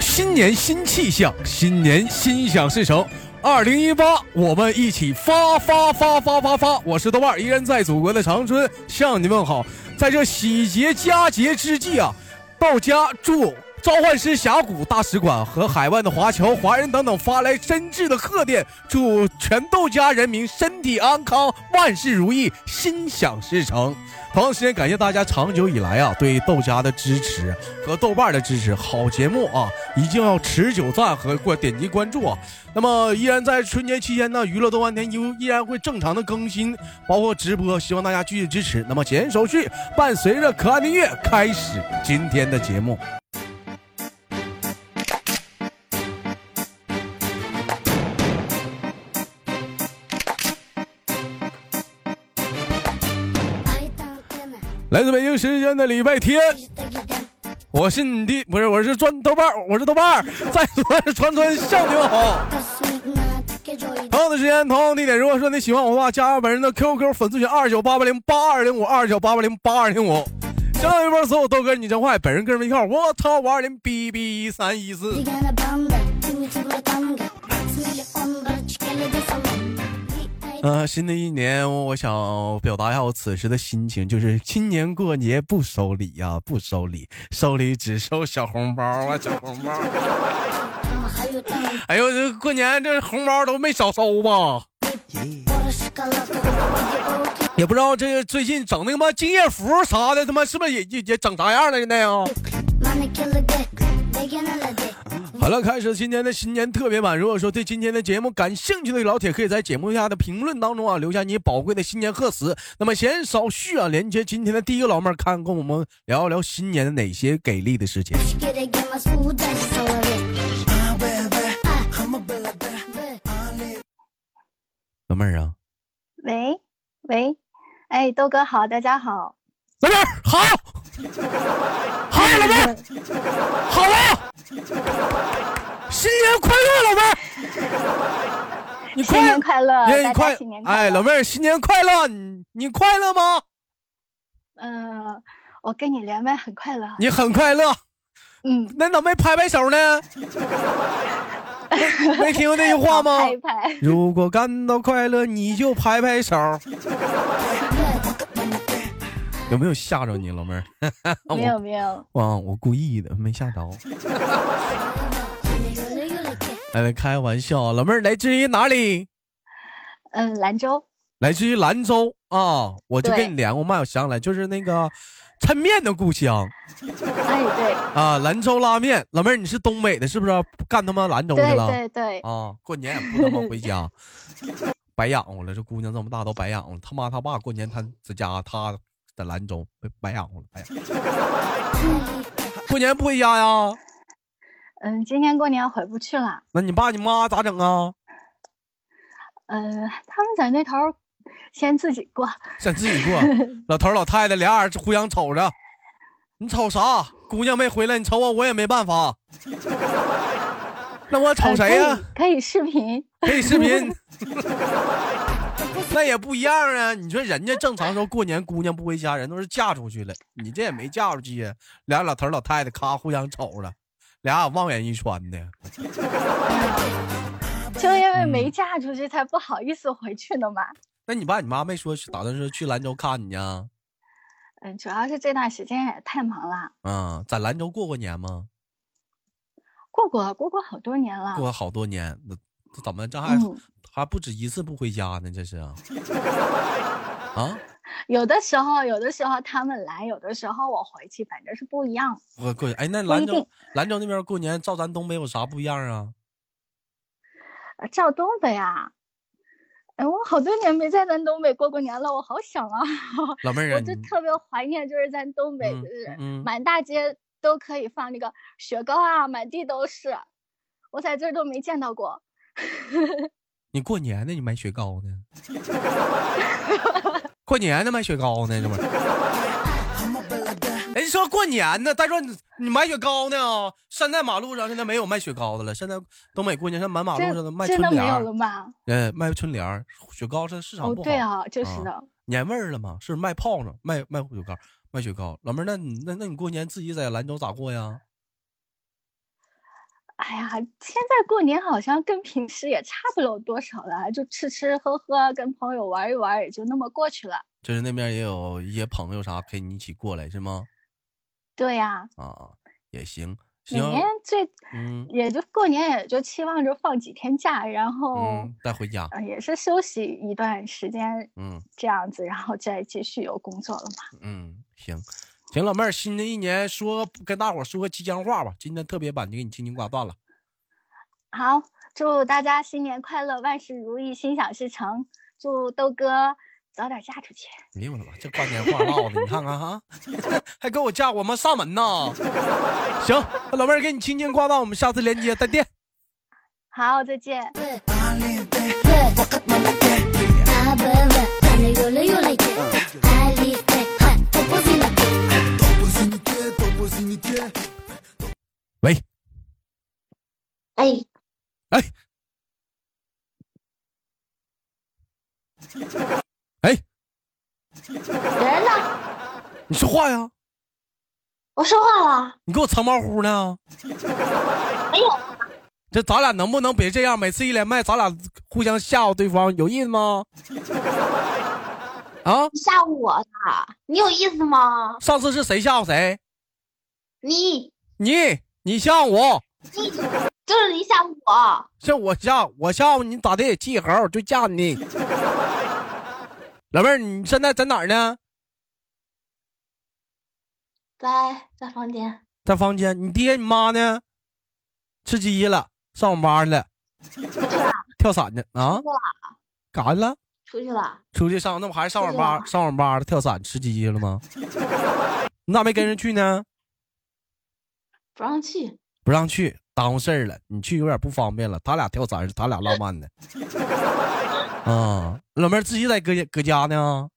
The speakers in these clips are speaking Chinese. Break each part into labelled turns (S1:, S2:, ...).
S1: 新年新气象，新年心想事成。二零一八，我们一起发发发发发发！我是豆瓣儿，依然在祖国的长春向你问好。在这喜结佳节之际啊，到家祝召唤师峡谷大使馆和海外的华侨、华人等等发来真挚的贺电，祝全豆家人民身体安康、万事如意、心想事成。同样时间，感谢大家长久以来啊对豆家的支持和豆瓣儿的支持，好节目啊一定要持久赞和关点击关注啊。那么依然在春节期间呢，娱乐多半天依依然会正常的更新，包括直播，希望大家继续支持。那么闲言少叙，伴随着可爱的音乐开始今天的节目。来自北京时间的礼拜天，我是你的不是，我是砖豆瓣儿，我是豆瓣儿，在我是川川向你们好。同样的时间，同样的地点。如果说你喜欢我的话，加入本人的 QQ 粉丝群二九八八零八二零五二九八八零八二零五。上一波所有豆哥你真坏，本人个人微信号我操五二零 B B 一三一四。呃，新的一年，我想表达一下我此时的心情，就是今年过节不收礼呀、不收礼，收礼只收小红包啊，小红包。哎呦，这过年这红包都没少收吧？也不知道这最近整那个嘛敬业福啥的，他妈是不是也也也整啥样了？现在啊，好了，开始今天的新年特别版。如果说对今天的节目感兴趣的老铁，可以在节目下的评论当中啊留下你宝贵的新年贺词。那么闲言少叙啊，连接今天的第一个老妹儿，看跟我们聊一聊新年的哪些给力的事情。老妹儿啊，
S2: 喂喂，哎，豆哥好，大家好。
S1: 老妹儿好，好呀，老妹儿，好了，新年快乐，老妹儿，你
S2: 新
S1: 快
S2: 年快乐，
S1: 哎，
S2: 大
S1: 你
S2: 家
S1: 快
S2: 新年，快乐。
S1: 哎，老妹儿，新年快乐！你你快乐吗？
S2: 嗯、我跟你连麦很快乐。
S1: 你很快乐，
S2: 嗯，
S1: 那怎么没拍拍手呢？ 没没听过那句话吗？
S2: 拍一拍。
S1: 如果感到快乐，你就拍拍手。有没有吓着你，老妹儿？
S2: 没有没有，
S1: 啊，我故意的，没吓着。哎，开玩笑啊，老妹儿来自于哪里？
S2: 嗯，兰州，
S1: 来自于兰州啊，我就
S2: 对
S1: 跟你连过麦，我想起来，就是那个抻面的故乡
S2: 哎，对
S1: 啊，兰州拉面。老妹儿，你是东北的，是不是？干他妈兰州去
S2: 对
S1: 了？
S2: 对对，
S1: 啊，过年也不他 妈回家，白养活了。这姑娘这么大都白养活了，他妈他爸过年他在家，他在兰州白白养活了，白养活了。 过年不回家呀？
S2: 嗯，今年过年回不去了。
S1: 那你爸你妈咋整啊？
S2: 嗯，他们在那头儿先自己过。
S1: 想自己过，老头儿老太太俩人互相瞅着，你瞅啥？姑娘没回来，你瞅我，我也没办法。 哎那我瞅
S2: 呃
S1: 谁呀、
S2: 可以可以视频。
S1: 可以视频。那也不一样啊！你说人家正常时候过年，姑娘不回家，人都是嫁出去了，你这也没嫁出去呀。俩老头老太太咔互相瞅着，俩望眼一穿的。
S2: 就因为
S1: 嗯
S2: 没嫁出去，才不好意思回去的嘛。
S1: 那你爸你妈没说去打算说去兰州看你呀？
S2: 嗯，主要是这段时间也太忙了，
S1: 啊，在兰州过过年吗？
S2: 过过过过好多年了。
S1: 过哎好多年，那这怎么这还、
S2: 啊嗯，
S1: 还不止一次不回家呢？这是 啊？啊，
S2: 有的时候，有的时候他们来，有的时候我回去，反正是不一样。
S1: 我过去哎，那
S2: 一
S1: 兰州
S2: 定
S1: 兰州那边过年，照咱东北有啥不一样啊？
S2: 呃照东北啊，哎，我好多年没在咱东北过过年了，我好想啊，
S1: 老妹儿啊，
S2: 我就
S1: 你
S2: 特别怀念，就是咱东北，
S1: 嗯
S2: 就是
S1: 嗯
S2: 满大街都可以放那个雪糕啊，满地都是，我在这儿都没见到过。
S1: 你过年呢？你买雪糕呢？过年呢买雪糕呢？这不是？人说过年呢，再说你你买雪糕呢？现在马路上现在没有卖雪糕的了，现在东北过年上满马路上都
S2: 真
S1: 卖
S2: 真
S1: 春
S2: 的没
S1: 联
S2: 有
S1: 儿
S2: 了，吗？
S1: 嗯，卖春联儿雪糕是市场
S2: 哦
S1: 不，好，
S2: 对啊，就是
S1: 啊
S2: 的。
S1: 年味儿了嘛，是卖炮仗，卖卖雪糕，卖雪糕。老妹儿，那你那那你过年自己在兰州咋过呀？
S2: 哎呀，现在过年好像跟平时也差不了多少了，就吃吃喝喝，跟朋友玩一玩，也就那么过去了。
S1: 就是那边也有一些朋友啥陪你一起过来是吗？
S2: 对呀、
S1: 啊，也行，
S2: 每
S1: 行，
S2: 年最
S1: 嗯
S2: 也就过年也就期望着放几天假，然后、
S1: 嗯，带回家，
S2: 呃也是休息一段时间
S1: 嗯
S2: 这样子，然后再继续有工作了嘛。
S1: 嗯，行。行，老妹儿，新的一年说跟大伙儿说个吉祥话吧。今天特别版就给你轻轻挂断了。
S2: 好，祝大家新年快乐，万事如意，心想事成。祝豆哥早点嫁出去。
S1: 哎呦我的妈！这挂电话唠的，你看看哈， 还给我嫁我们上门呢。行，那老妹儿给你轻轻挂断，我们下次连接再见。
S2: 好，再见。
S3: وقت ما بدك حابب انا يولا يولا علي تبوزينك
S4: Opportunité, opportunité.
S1: 喂，
S3: اي
S1: 哎，哎，
S3: 人呢？
S1: 你说话呀？
S3: 我说话了，
S1: 你给我藏猫乎呢？
S3: 没有，
S1: 这咱俩能不能别这样？每次一连麦，咱俩互相吓唬对方，有意思 吗？啊，
S3: 你吓唬我呢？你有意思吗？
S1: 上次是谁吓唬谁？
S3: 你
S1: 你，你吓唬我，
S3: 你就是你吓唬我，
S1: 像我吓我吓唬你咋的？记猴就吓你。老妹儿，你现在在哪儿呢？
S3: 在在房间，
S1: 在房间。你爹你妈呢？吃鸡了，上网吧去了，跳伞去啊？干啥去了？
S3: 出去了，
S1: 出去上那不还是上网吧
S3: 出
S1: 上网吧跳伞吃鸡去了吗？ 你咋没跟人去呢？
S3: 不让去，
S1: 不让去，耽误事儿了。你去有点不方便了。他俩跳伞，他俩浪漫的。 啊，老妹儿自己在搁家搁家呢。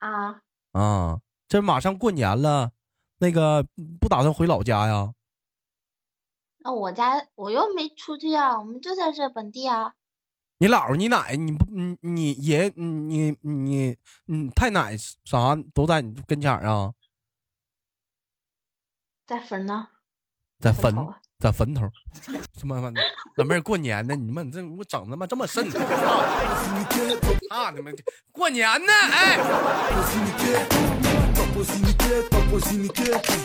S3: 啊，
S1: 啊，这马上过年了，那个不打算回老家呀？
S3: 那我家我又没出去啊，我们就在这本地啊，
S1: 你姥儿、你奶、你不、你你爷、你你你你太奶啥都在你跟前儿啊，
S3: 在坟呢，
S1: 在
S3: 坟
S1: 坟
S3: 头啊
S1: 在坟头。他 妈的，老妹儿过年呢，你们这给我整他妈这么深啊！
S4: Opportunité,
S1: 啊你们过年呢，哎，
S4: opportunité. Opportunité, opportunité.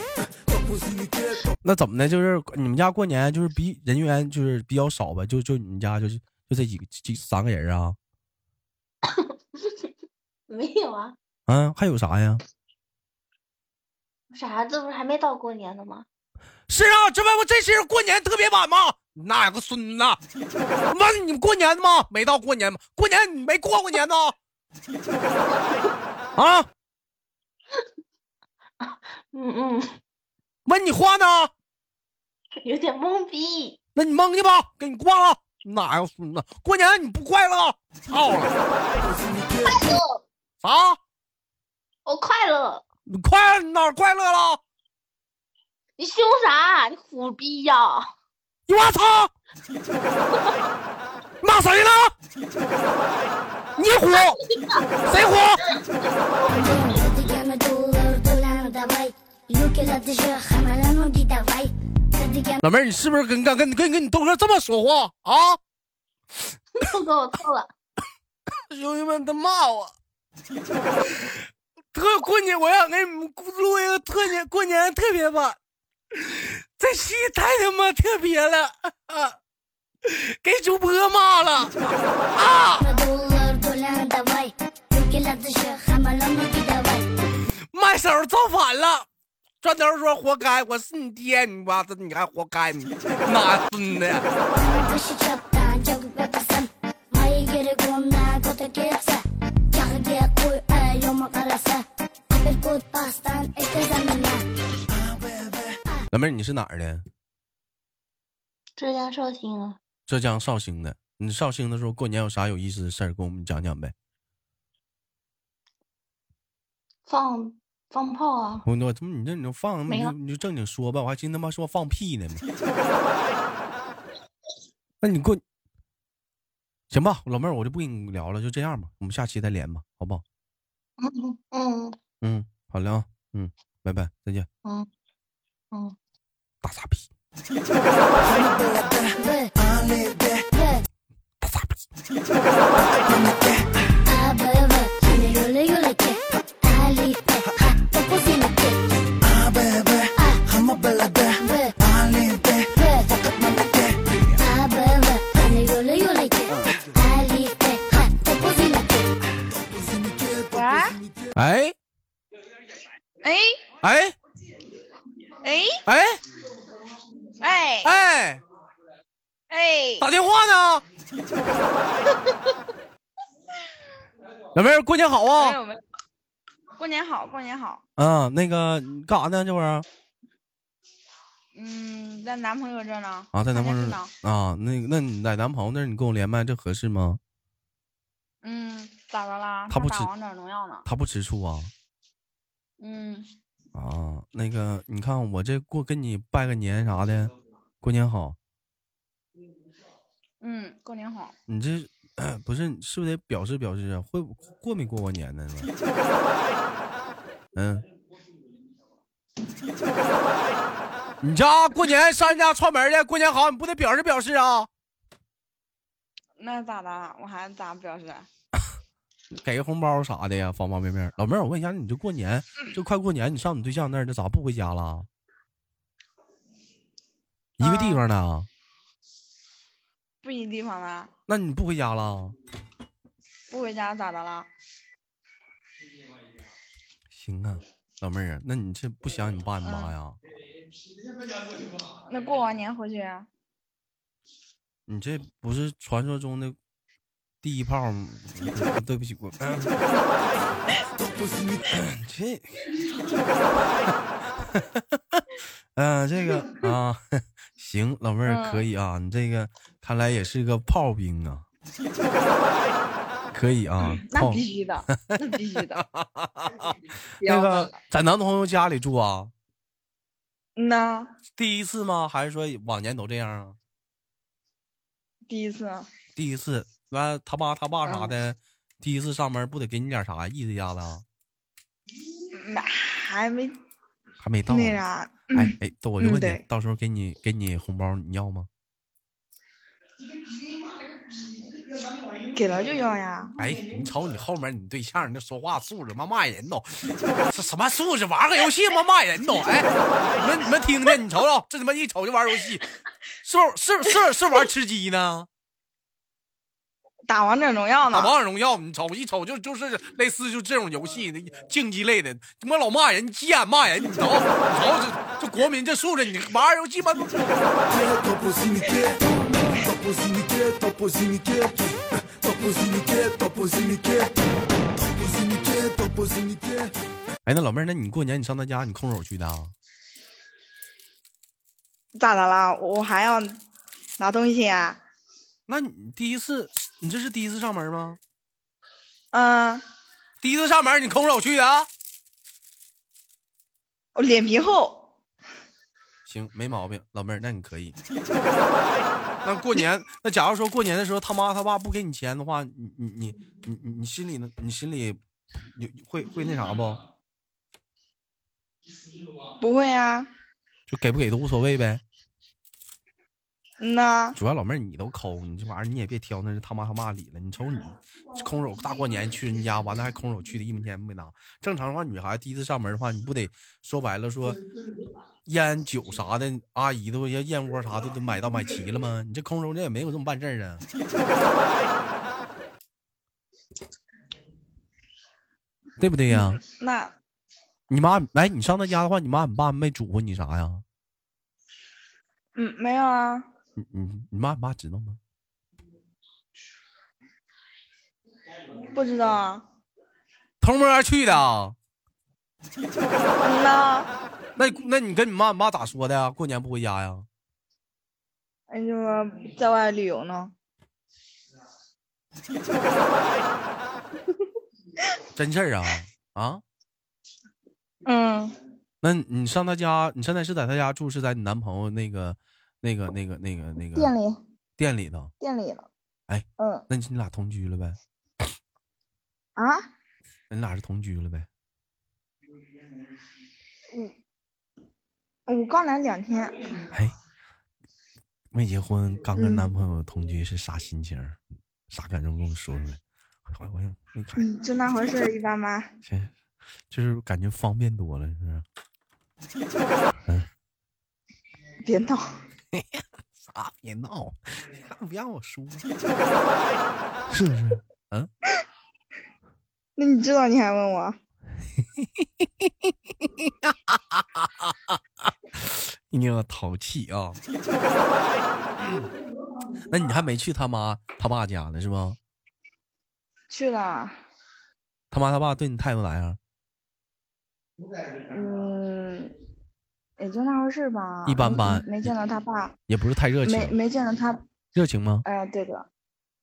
S4: Opportunité,
S1: 那怎么的？就是你们家过年就是比人员就是比较少呗，就就你们家就是就这几个几三个人啊？
S3: 没有啊，
S1: 嗯，还有啥呀？
S3: 啥？这不是还没到过年呢吗？
S1: 是啊，这不我这是过年特别版吗？哪有个孙子？妈，你们过年吗？没到过年吗？过年你没过过年 呢？啊，
S3: 嗯嗯，
S1: 问你话呢？
S3: 有点懵逼。
S1: 那你蒙去吧，给你挂了。哪有孙子？过年你不快乐？操了！
S4: opportunité.
S3: 快乐，
S1: 啥？
S3: 我快乐。
S1: 你快乐你哪儿快乐了？
S3: 你凶啥？你虎逼呀、
S1: 你我操！ 骂谁呢？你 虎？谁虎？老妹儿，你是不是跟跟跟跟跟你豆哥这么说话啊？
S3: 都给我揍了。
S1: 兄弟们，他骂 我。特过年，我想给你们录一个特年过年特别版，这期太他妈特别了啊！给主播骂了啊！卖手造反了。砖头说：“活该，我是你爹，你妈的，你还活该，你哪孙子呀？老妹儿，你是哪儿的？
S3: 浙江绍兴啊，
S1: 浙江绍兴的。你绍兴的时候过年有啥有意思的事儿，跟我们讲讲呗？
S3: 放放炮啊，
S1: 我我他妈，你这你就放，
S3: 没
S1: 你就
S3: 了
S1: 你就正经说吧，我还寻思他妈说放屁呢。 那你过，行吧，老妹儿，我就不跟你聊了，就这样吧，我们下期再连吧，好不好？
S3: 嗯嗯
S1: 嗯，好了啊，嗯，拜拜，再见，
S3: 嗯嗯。
S1: 大傻逼。哎
S5: 哎
S1: 哎
S5: 哎
S1: 哎
S5: 哎
S1: 哎，
S5: 哎，
S1: 打电话呢？ 老妹儿，过年好
S5: 哎
S1: 啊！
S5: 我们过年好，过年好。
S1: 啊，那个你干啥呢？这会儿啊
S5: 嗯，在男朋友这儿呢。
S1: 啊，在男朋
S5: 还
S1: 友
S5: 是
S1: 那
S5: 呢。
S1: 儿啊？那那你在男朋友那儿，你跟我连麦，这合适吗？
S5: 嗯，咋的啦？
S1: 他不
S5: 打
S1: 吃
S5: 王者荣耀呢。
S1: 他不吃醋啊？
S5: 嗯，
S1: 啊，那个，你看我这过跟你拜个年啥的，过年好。
S5: 嗯，过年好。
S1: 你这、哎不是是不是得表示表示啊？会不过没过过年呢？你嗯，你家过年上人家串门去，过年好，你不得表示表示啊？
S5: 那咋的？我还咋表示？
S1: 给个红包啥的呀，方方面面。老妹儿，我问一下，你这过年这快过年，你上你对象那儿，这咋不回家了？一个地
S5: 啊
S1: 方呢？
S5: 不一地方啦，
S1: 那你不回家了？
S5: 不回家咋的啦？
S1: 行啊，老妹儿啊，那你这不想你爸你妈
S5: 嗯
S1: 呀？
S5: 那过完年回去啊？
S1: 你这不是传说中的第一炮吗？对不起，我这，嗯、这个啊， 行，老妹儿
S5: 嗯
S1: 可以啊，你这个看来也是个炮兵啊，可以啊，
S5: 嗯那
S1: 炮
S5: 必须的，那必须的。不
S1: 那
S5: 要问
S1: 个
S5: 了
S1: 在男朋友家里住啊，
S5: 嗯呐，
S1: 第一次吗？还是说往年都这样啊？
S5: 第一次，
S1: 第一次，完他妈他
S5: 嗯
S1: 爸啥的，第一次上门不得给你点啥意思一下子啊？
S5: 那还没
S1: 还没到呢
S5: 那啥，
S1: 哎哎，豆，我就
S5: 嗯
S1: 问你，
S5: 对
S1: 到时候给你给你红包，你要吗？
S5: 给了就要呀。
S1: 哎，你瞅你后面你对象那说话素质，妈骂人都， 这什么素质？玩个游戏妈骂人都，哎，你们你们听听，你瞅瞅，这他妈一瞅就玩游戏，是不是不是不是是玩吃鸡呢？
S5: 打王者荣耀呢
S1: 打，王者荣耀，你瞅一瞅就就是类似就这种游戏，那竞技类的，他妈老骂人，急眼骂人，你瞅你瞅这这国民这素质，你玩游戏妈都哎，那老妹儿，那你过年你上他家，你空手去的啊？
S5: 咋的啦？我还要拿东西啊？
S1: 那你第一次，你这是第一次上门吗？
S5: 嗯，
S1: 第一次上门你空手去的啊？
S5: 我脸皮厚，
S1: 行，没毛病，老妹儿，那你可以。 那过年，那假如说过年的时候他妈他爸不给你钱的话，你你你你你你心里呢？你心里有会会那啥不？
S5: 不会啊？
S1: 就给不给都无所谓呗。
S5: 嗯呐，
S1: 主要老妹儿你都抠，你这玩意儿你也别挑那是他妈他爸理了。你瞅你空手大过年去人家，完了还空手去的，一分钱没拿。正常的话，女孩第一次上门的话，你不得说白了说烟酒啥的，阿姨都要燕窝啥的都买到买齐了吗？你这空手你也没有这么办事儿啊。 对不对呀、
S5: 那
S1: 你妈来，你上他家的话，你妈你爸没嘱咐你啥呀？
S5: 嗯没有啊，
S1: 你你你妈你爸知道吗？
S5: 不知道啊。
S1: 偷摸儿去的啊？
S5: 嗯呐，
S1: 那你那你跟你妈你妈咋说的呀？过年不回家呀？
S5: 哎呀妈，在外旅游呢。
S1: 真事儿啊啊！
S5: 嗯，
S1: 那你上他家，你现在是在他家住，是在你男朋友那个那个那个那个那个
S5: 店里
S1: 店里头？
S5: 店里了。
S1: 哎，
S5: 嗯
S1: 那你你俩同居了呗？
S5: 啊，
S1: 那你俩是同居了呗？
S5: 我刚来两天。
S1: 哎，没结婚，刚跟
S3: 嗯
S1: 男朋友同居是啥心情儿？啥感受？跟我说说哎呗。我我想没看，
S3: 嗯，
S5: 就那回事儿一般般。
S1: 先就是感觉方便多了，是不是？
S5: 别闹，
S1: 啥？啊别闹， 不让我说，是不是？
S5: 那你知道你还问我？
S1: 一定要淘气 啊！那你还没去他妈他爸家呢是吗？
S5: 去了，
S1: 他妈他爸对你态度咋啊样？
S5: 嗯，也就那回事儿吧。
S1: 一般
S5: 没
S1: 般
S5: 没见到他爸，
S1: 也不是太热
S5: 没
S1: 情，
S5: 没见到他。
S1: 热情吗？
S5: 哎，对的，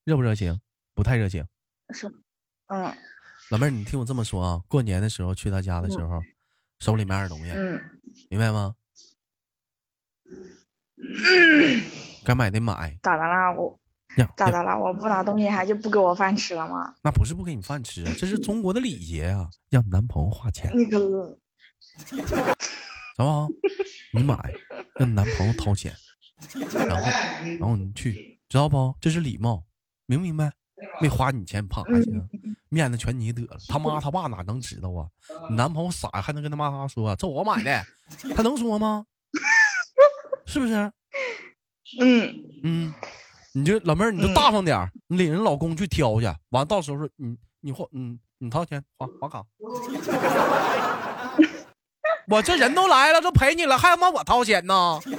S1: 热不热情？不太热情。
S5: 是，嗯
S1: 哎老妹儿，你听我这么说啊，过年的时候去他家的时候，手里没点东西，
S5: 嗯，
S1: 明白 吗？该买得买，
S5: 咋的啦？我
S1: 呀
S5: 咋
S1: 呀
S5: 的啦？我不拿东西还就不给我饭吃了吗？
S1: 那不是不给你饭吃啊，这是中国的礼节啊，让男朋友花钱，
S5: 你可
S1: 好不好？啊你买，让男朋友掏钱，然后然后你去，知道不？这是礼貌，明不明白？没花你钱，胖还行，面子全你得了。他妈他爸哪能知道啊？你男朋友傻还能跟他妈他说、啊这我买的，他能说吗？是不是？
S5: 嗯，
S1: 嗯，你就老妹儿，你就大方点儿，你领人老公去挑去，完到时候说你你花嗯你掏钱花花岗， 我这人都来了，都陪你了，还他妈我掏钱呢？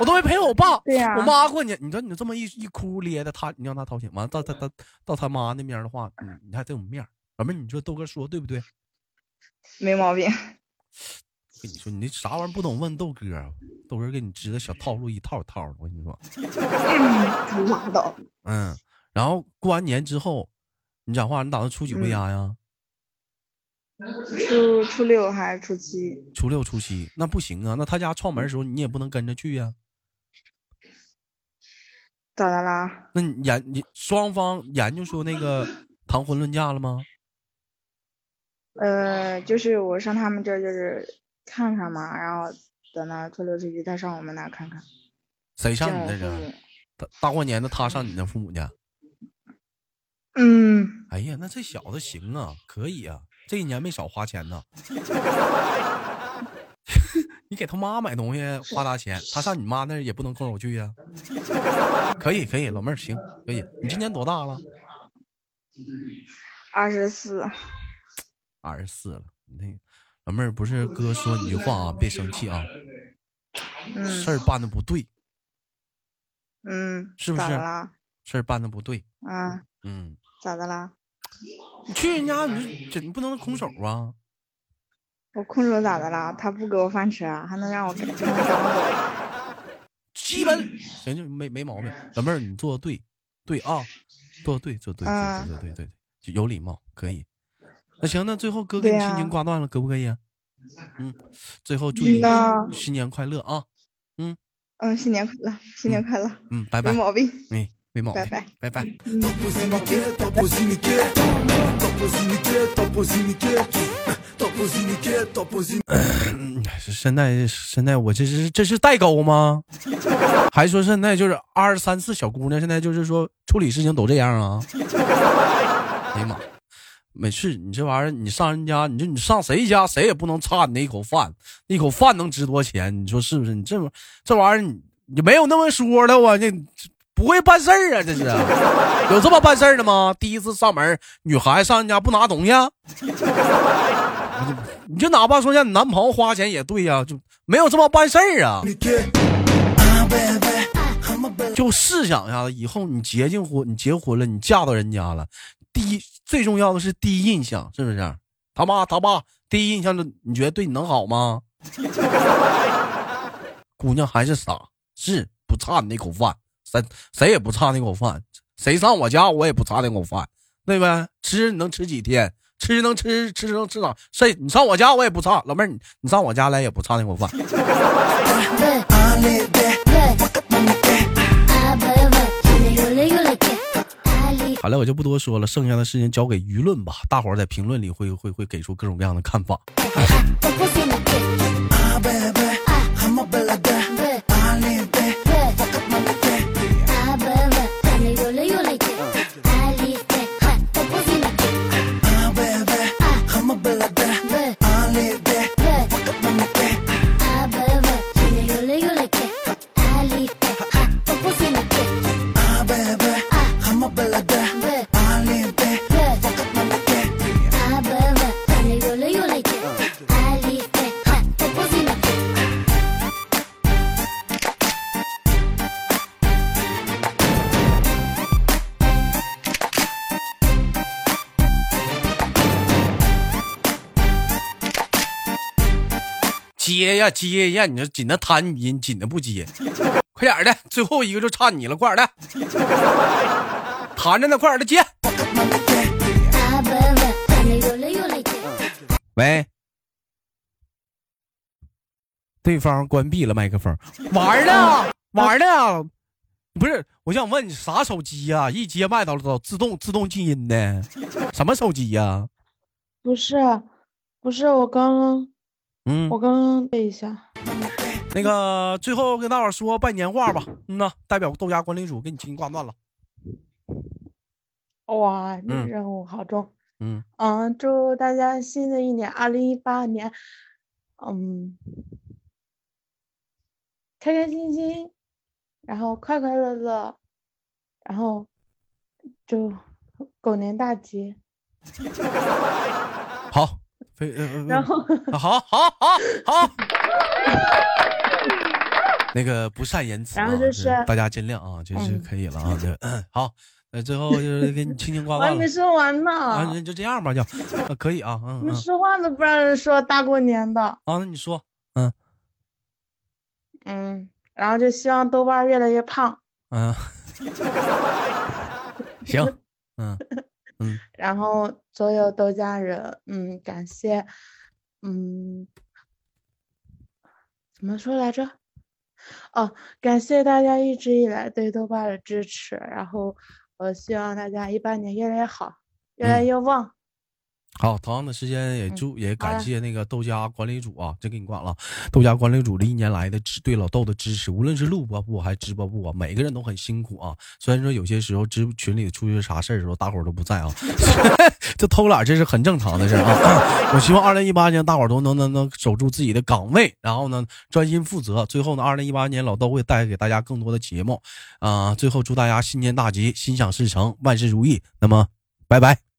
S1: 我都没陪我爸、
S5: 对呀
S1: 我妈过年，你知道你这么一一哭咧的，他你让他掏钱，完了到他他到他妈那边儿的话，你你还得有面儿。老妹儿，你说豆哥说对不对？
S5: 没毛病。
S1: 跟你说，你这啥玩意儿不懂问豆哥啊，豆哥给你支的小套路一套一套的，我跟你说。
S5: 拉倒。
S1: 嗯，然后过完年之后，你讲话，你打算初几回家呀？
S5: 初初六还是初七？
S1: 初六、初七那不行啊，那他家串门的时候你也不能跟着去呀、
S5: 咋的啦？
S1: 那你研你双方研究出那个谈婚论嫁了吗？
S5: 呃，就是我上他们这儿就是看看嘛，然后等到初六初七再上我们那儿看看。
S1: 谁上
S5: 见
S1: 你
S5: 我
S1: 那去
S5: 父
S1: 啊
S5: 母？
S1: 大大过年的他上你那父母去？
S5: 嗯，
S1: 哎呀，那这小子行啊，可以啊，这一年没少花钱呢。 你给他妈买东西花大钱，他上你妈那儿也不能空手去呀、 可以可以，老妹儿行，可以。你今年多大了？
S5: 二十四。
S1: 二十四了，你那个老妹儿不是哥说你一句话啊，别生气啊，
S5: 嗯
S1: 事儿办的不对，
S5: 嗯，
S1: 是不
S5: 咋
S1: 是
S5: 的啦？
S1: 事儿办的不对，
S5: 啊，
S1: 嗯，
S5: 咋的啦？
S1: 你去人家你就这你不能空手啊，
S5: 我空手咋的啦？他不给我饭吃啊，还能让我赶还能赶我走啊？
S1: 基本行就没没毛病，老妹儿你做的对，对啊，做的对，做得对，
S5: 啊
S1: 做得对对对对，就有礼貌，可以。那行，那最后哥给你
S5: 对
S1: 亲
S5: 呀
S1: 情挂断了，可不可以啊？嗯，最后祝你
S5: 呐
S1: 新年快乐啊！
S5: 嗯，新年快乐，新年快乐，
S1: 嗯，拜拜
S5: 没，毛病。
S1: 嗯，没毛病
S5: 拜拜，嗯
S1: 拜拜。哎是现在现在我这是这是代沟吗？ 还说现在就是二十三四小姑娘，现在就是说处理事情都这样啊？ 哎呀妈！没事，你这玩意儿，你上人家，你说你上谁家，谁也不能差你那一口饭，那口饭能值多少钱？你说是不是？你这玩意这玩意儿，你你没有那么说的我这不会办事儿啊，这是有这么办事儿的吗？第一次上门，女孩子上人家不拿东西啊、你就哪怕说让你男朋友花钱也对呀、就没有这么办事儿啊。就试想一下子，以后你结进婚，你结婚了，你嫁到人家了，第一最重要的是第一印象，是不是？他妈他爸第一印象就，你觉得对你能好吗？姑娘还是傻，是不差你那口饭，谁谁也不差那口饭，谁上我家我也不差那口饭，对呗？吃你能吃几天？吃能吃吃能吃啥？谁你上我家我也不差，老妹儿你你上我家来也不差那口饭。好了，我就不多说了，剩下的事情交给舆论吧，大伙儿在评论里会会会给出各种各样的看法。
S4: I'm a bella girl. I live it. Fuck
S1: 接呀接呀，你说紧的弹音，紧的不接，快点儿的，最后一个就差你了，快点儿的， 弹着呢，快点儿的接。喂，对方关闭了麦克风， 玩 呢，玩呢，不是，我想问你啥手机呀、一接麦到了自动自动静音 的，什么手机呀、
S6: 不是，不是，我刚刚
S1: 嗯，
S6: 我刚刚背一下，
S1: 那个最后跟大伙儿说拜年话吧。嗯呐，代表豆家管理组给你亲挂断了。
S6: 哇，这
S1: 嗯
S6: 任务好重。
S1: 嗯，
S6: 嗯，祝大家新的一年，二零一八年，嗯，开开心心，然后快快乐乐，然后就狗年大吉。
S1: 好，非呃
S6: 然后
S1: 呃 好好好好。那个不善言辞啊，
S6: 然后就是
S1: 这大家尽量啊，就是
S6: 嗯
S1: 可以了啊。这嗯好，那最后就是给你轻轻挂
S6: 我还
S1: 断
S6: 没
S1: 了
S6: 说完呢，
S1: 啊，那就这样吧，就呃可以啊，嗯嗯
S6: 你们说话都不让人说，大过年的，
S1: 啊，那你说
S6: 嗯，然后就希望豆瓣儿越来越胖，
S1: 嗯， 行，嗯嗯，
S6: 然后所有豆家人，嗯，感谢，嗯，怎么说来着？哦，感谢大家一直以来对豆瓣的支持，然后我希望大家一八年越来越好，越来
S1: 嗯
S6: 越旺。
S1: 好，同样的时间也祝也
S6: 好
S1: 感
S6: 了
S1: 谢那个豆家管理组啊，这给你挂了。豆家管理组这一年来的支对老豆的支持，无论是录播部还是直播部啊，每个人都很辛苦啊。虽然说有些时候直群里出些啥事儿的时候，大伙儿都不在啊， 这偷懒这是很正常的事儿啊。我 希望二零一八年大伙儿都能能能守住自己的岗位，然后呢专心负责。最后呢，二零一八年老豆会带给大家更多的节目啊、最后祝大家新年大吉，心想事成，万事如意。那么，拜拜。